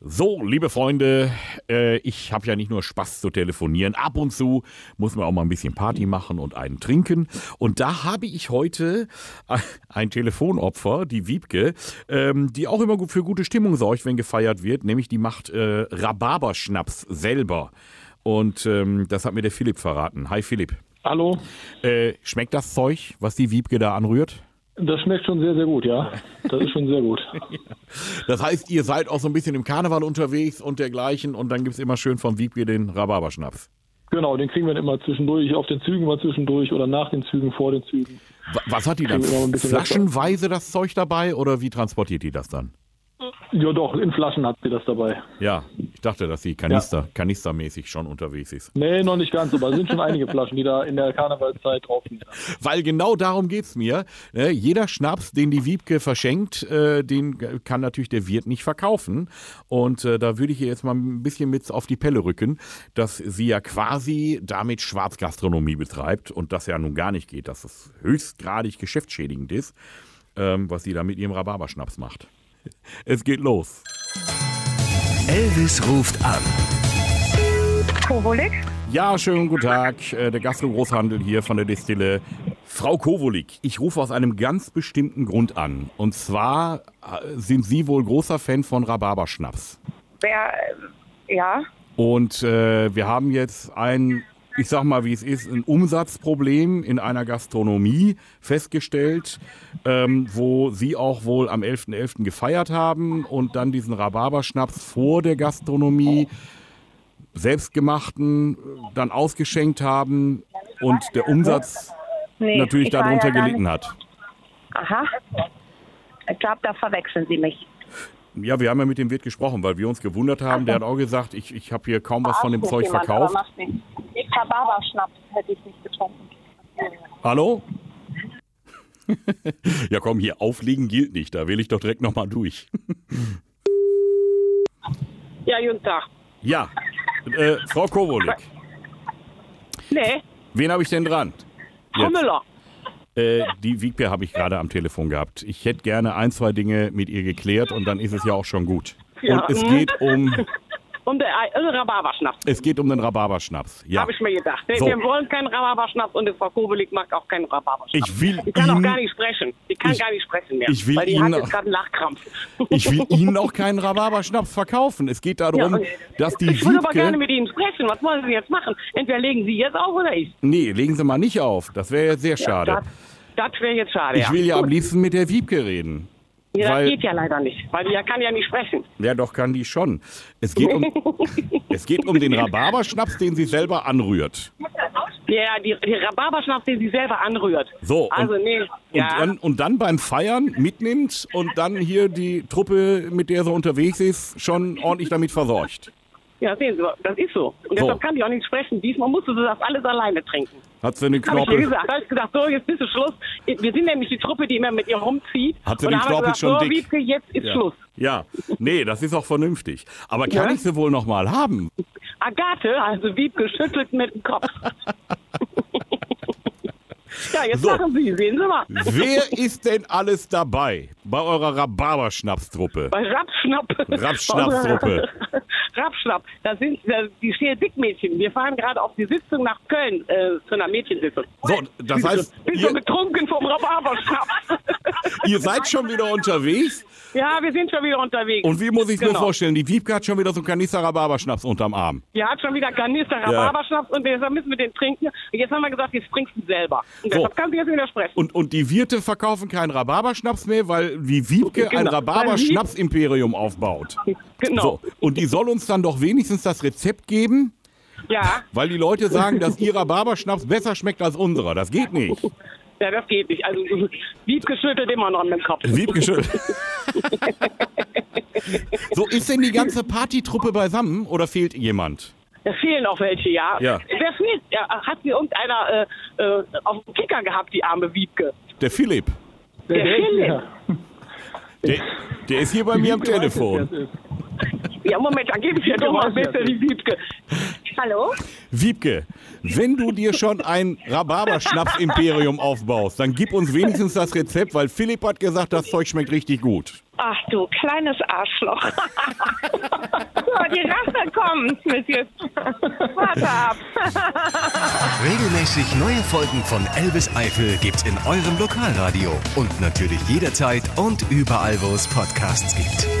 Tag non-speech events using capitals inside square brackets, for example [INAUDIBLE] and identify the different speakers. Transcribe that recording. Speaker 1: So, liebe Freunde, äh, ich habe ja nicht nur Spaß zu telefonieren. Ab und zu muss man auch mal ein bisschen Party machen und einen trinken. Und da habe ich heute [LAUGHS] ein Telefonopfer, die Wiebke, ähm, die auch immer gut für gute Stimmung sorgt, wenn gefeiert wird. Nämlich die macht äh, Rhabarberschnaps selber. Und ähm, das hat mir der Philipp verraten. Hi Philipp.
Speaker 2: Hallo,
Speaker 1: Äh, schmeckt das Zeug, was die Wiebke da anrührt?
Speaker 2: das schmeckt schon sehr, sehr gut, ja. Das ist schon sehr gut.
Speaker 1: Das heißt, ihr seid auch so ein bisschen im Karneval unterwegs und dergleichen und dann gibt es immer schön von Wiebke den Rhabarberschnaps.
Speaker 2: Genau, den kriegen wir dann immer zwischendurch, auf den Zügen mal zwischendurch oder nach den Zügen, vor den Zügen.
Speaker 1: Wa- Was hat die dann?
Speaker 2: Kriegen wir noch ein bisschen
Speaker 1: Flaschenweise das Zeug dabei oder wie transportiert die das dann?
Speaker 2: Ja doch, in Flaschen hat sie das dabei.
Speaker 1: Ja, ich dachte, dass sie Kanister, kanistermäßig schon unterwegs ist.
Speaker 2: Nee, noch nicht ganz, aber es sind schon einige Flaschen, die da in der Karnevalszeit drauf sind.
Speaker 1: Weil genau darum geht's mir. Ne? Jeder Schnaps, den die Wiebke verschenkt, äh, den kann natürlich der Wirt nicht verkaufen. Und äh, da würde ich ihr jetzt mal ein bisschen mit auf die Pelle rücken, dass sie ja quasi damit Schwarzgastronomie betreibt und das ja nun gar nicht geht, dass es höchstgradig geschäftsschädigend ist, ähm, was sie da mit ihrem Rhabarberschnaps macht. Es geht los.
Speaker 3: Elvis ruft an.
Speaker 4: Koholik?
Speaker 1: Ja, schönen guten Tag. Äh, Der Gastro-Großhandel hier von der Distille. Frau Kowolik, ich rufe aus einem ganz bestimmten Grund an. Und zwar äh, sind Sie wohl großer Fan von Rhabarberschnaps.
Speaker 4: Wer, äh, ja,
Speaker 1: Und äh, wir haben jetzt ein, ich sag mal, wie es ist, ein Umsatzproblem in einer Gastronomie festgestellt, ähm, wo Sie auch wohl am 11.11. gefeiert haben und dann diesen Rhabarberschnaps vor der Gastronomie selbstgemachten äh, dann ausgeschenkt haben und der Umsatz
Speaker 4: nee.
Speaker 1: natürlich
Speaker 4: ich war
Speaker 1: darunter
Speaker 4: ja gar
Speaker 1: gelitten
Speaker 4: nicht-
Speaker 1: hat.
Speaker 4: Aha. Ich glaube, da verwechseln Sie mich.
Speaker 1: Ja, wir haben ja mit dem Wirt gesprochen, weil wir uns gewundert haben. Der hat auch gesagt, ich, ich habe hier kaum was von dem Zeug verkauft.
Speaker 4: Rhabarberschnaps hätte ich nicht getrunken.
Speaker 1: Hallo? [LAUGHS] ja, komm, hier auflegen gilt nicht. Da will ich doch direkt nochmal durch.
Speaker 5: Ja, guten Tag.
Speaker 1: Ja, äh, Frau Kowolik,
Speaker 5: Nee,
Speaker 1: wen habe ich denn dran?
Speaker 5: Frau Müller.
Speaker 1: Äh, die Wiegbe habe ich gerade am Telefon gehabt. Ich hätte gerne ein, zwei Dinge mit ihr geklärt und dann ist es ja auch schon gut.
Speaker 5: Ja.
Speaker 1: Und es geht um,
Speaker 5: Und der Ei- also Rhabarberschnaps,
Speaker 1: es geht um den Rhabarberschnaps. Ja.
Speaker 5: habe ich mir gedacht. Nee,
Speaker 1: So.
Speaker 5: Wir wollen keinen Rhabarberschnaps und die Frau Kobelik mag auch keinen Rhabarberschnaps.
Speaker 1: Ich will
Speaker 5: Die kann auch
Speaker 1: Ihnen-
Speaker 5: gar nicht sprechen. Die kann
Speaker 1: Ich-
Speaker 5: gar nicht sprechen mehr.
Speaker 1: ich will Um
Speaker 5: weil die
Speaker 1: Ihnen
Speaker 5: hat
Speaker 1: auch-
Speaker 5: jetzt gerade einen Lachkrampf.
Speaker 1: Ich will Ihnen auch keinen Rhabarberschnaps verkaufen. Es geht darum,
Speaker 5: Ja,
Speaker 1: dass die
Speaker 5: ich würde aber
Speaker 1: Wiebke...
Speaker 5: gerne mit Ihnen sprechen. Was wollen Sie jetzt machen? Entweder legen Sie jetzt auf oder ich.
Speaker 1: Nee, legen Sie mal nicht auf. Das wäre ja sehr schade.
Speaker 5: Das, das wäre jetzt schade.
Speaker 1: ich will ja am
Speaker 5: Gut.
Speaker 1: liebsten mit der Wiebke reden.
Speaker 5: ja, das
Speaker 1: weil-
Speaker 5: geht ja leider nicht, weil die ja kann ja nicht sprechen.
Speaker 1: Ja, doch kann die schon. Es geht um,
Speaker 5: [LAUGHS]
Speaker 1: es geht um den Rhabarberschnaps, den sie selber anrührt.
Speaker 5: Ja, die, die Rhabarberschnaps, den sie selber anrührt.
Speaker 1: So, und-
Speaker 5: Also, nee.
Speaker 1: Und,
Speaker 5: ja.
Speaker 1: dann, und dann beim Feiern mitnimmt und dann hier die Truppe, mit der sie unterwegs ist, schon ordentlich damit versorgt.
Speaker 5: Ja, sehen Sie, das ist so. Und deshalb
Speaker 1: So.
Speaker 5: kann die auch nicht sprechen. Diesmal musste sie das alles alleine trinken.
Speaker 1: Hat sie den
Speaker 5: Habe ich mir
Speaker 1: Knorpel,
Speaker 5: gesagt. Habe ich gesagt, so, jetzt bist du Schluss. Wir sind nämlich die Truppe, die immer mit ihr rumzieht.
Speaker 1: Hat sie
Speaker 5: Und
Speaker 1: den
Speaker 5: dann haben wir
Speaker 1: Knorpel
Speaker 5: gesagt,
Speaker 1: schon
Speaker 5: so,
Speaker 1: dick?
Speaker 5: Wiebke, jetzt ist Schluss.
Speaker 1: ja, nee, das ist auch vernünftig. Aber kann
Speaker 5: Ja?
Speaker 1: ich sie wohl noch mal haben?
Speaker 5: Agathe, also Wiebke, schüttelt mit
Speaker 1: [LAUGHS]
Speaker 5: dem Kopf. ja, jetzt
Speaker 1: So.
Speaker 5: lachen Sie, sehen Sie mal.
Speaker 1: Wer ist denn alles dabei bei eurer Rhabarberschnapstruppe?
Speaker 5: Bei Rapschnapp.
Speaker 1: Rapschnapp-Truppe.
Speaker 5: [LAUGHS] Rapschnapp. Da sind da, die vier Dickmädchen. Wir fahren gerade auf die Sitzung nach Köln äh, zu einer Mädchensitzung.
Speaker 1: So, das heißt,
Speaker 5: Bin so
Speaker 1: ihr,
Speaker 5: betrunken vom Rhabarberschnaps.
Speaker 1: ihr seid schon wieder unterwegs
Speaker 5: [LAUGHS] Ja, wir sind schon wieder unterwegs.
Speaker 1: und wie muss ich mir
Speaker 5: Genau.
Speaker 1: vorstellen, die Wiebke hat schon wieder so einen Kanister Rhabarberschnaps unterm Arm.
Speaker 5: Wir hatten schon wieder Kanister Rhabarberschnaps und deshalb müssen wir den trinken. Und jetzt haben wir gesagt, jetzt trinkst du ihn selber. Und deshalb
Speaker 1: So.
Speaker 5: kannst du jetzt wieder sprechen.
Speaker 1: Und, und die Wirte verkaufen keinen Rhabarberschnaps mehr, weil die Wiebke ein
Speaker 5: Genau.
Speaker 1: Rhabarberschnaps-Imperium aufbaut.
Speaker 5: genau.
Speaker 1: So, und die soll uns dann doch wenigstens das Rezept geben,
Speaker 5: Ja,
Speaker 1: weil die Leute sagen, dass ihr Rhabarberschnaps besser schmeckt als unserer. Das geht nicht.
Speaker 5: ja, das geht nicht. Also, [LAUGHS] Wiebke schüttelt immer noch mit dem Kopf.
Speaker 1: Wiebke schön. so, ist denn die ganze Partytruppe beisammen oder fehlt jemand?
Speaker 5: Da fehlen auch welche, ja.
Speaker 1: Ja.
Speaker 5: Wer fehlt? Ja, hat sie irgendeiner äh, äh, auf dem Kicker gehabt, die arme Wiebke?
Speaker 1: Der Philipp.
Speaker 5: Der Philipp.
Speaker 1: Der, der ist hier bei mir am Telefon.
Speaker 5: Ja, Moment, dann gebe ich dir doch mal bitte die Wiebke.
Speaker 4: Hallo?
Speaker 1: Wiebke, wenn du dir schon ein Rhabarberschnaps-Imperium aufbaust, dann gib uns wenigstens das Rezept, weil Philipp hat gesagt, das Zeug schmeckt richtig gut.
Speaker 4: [LAUGHS] Ach du kleines Arschloch. kommend mit jetzt. Warte ab.
Speaker 3: Regelmäßig neue Folgen von Elvis Eifel gibt's in eurem Lokalradio und natürlich jederzeit und überall, wo es Podcasts gibt.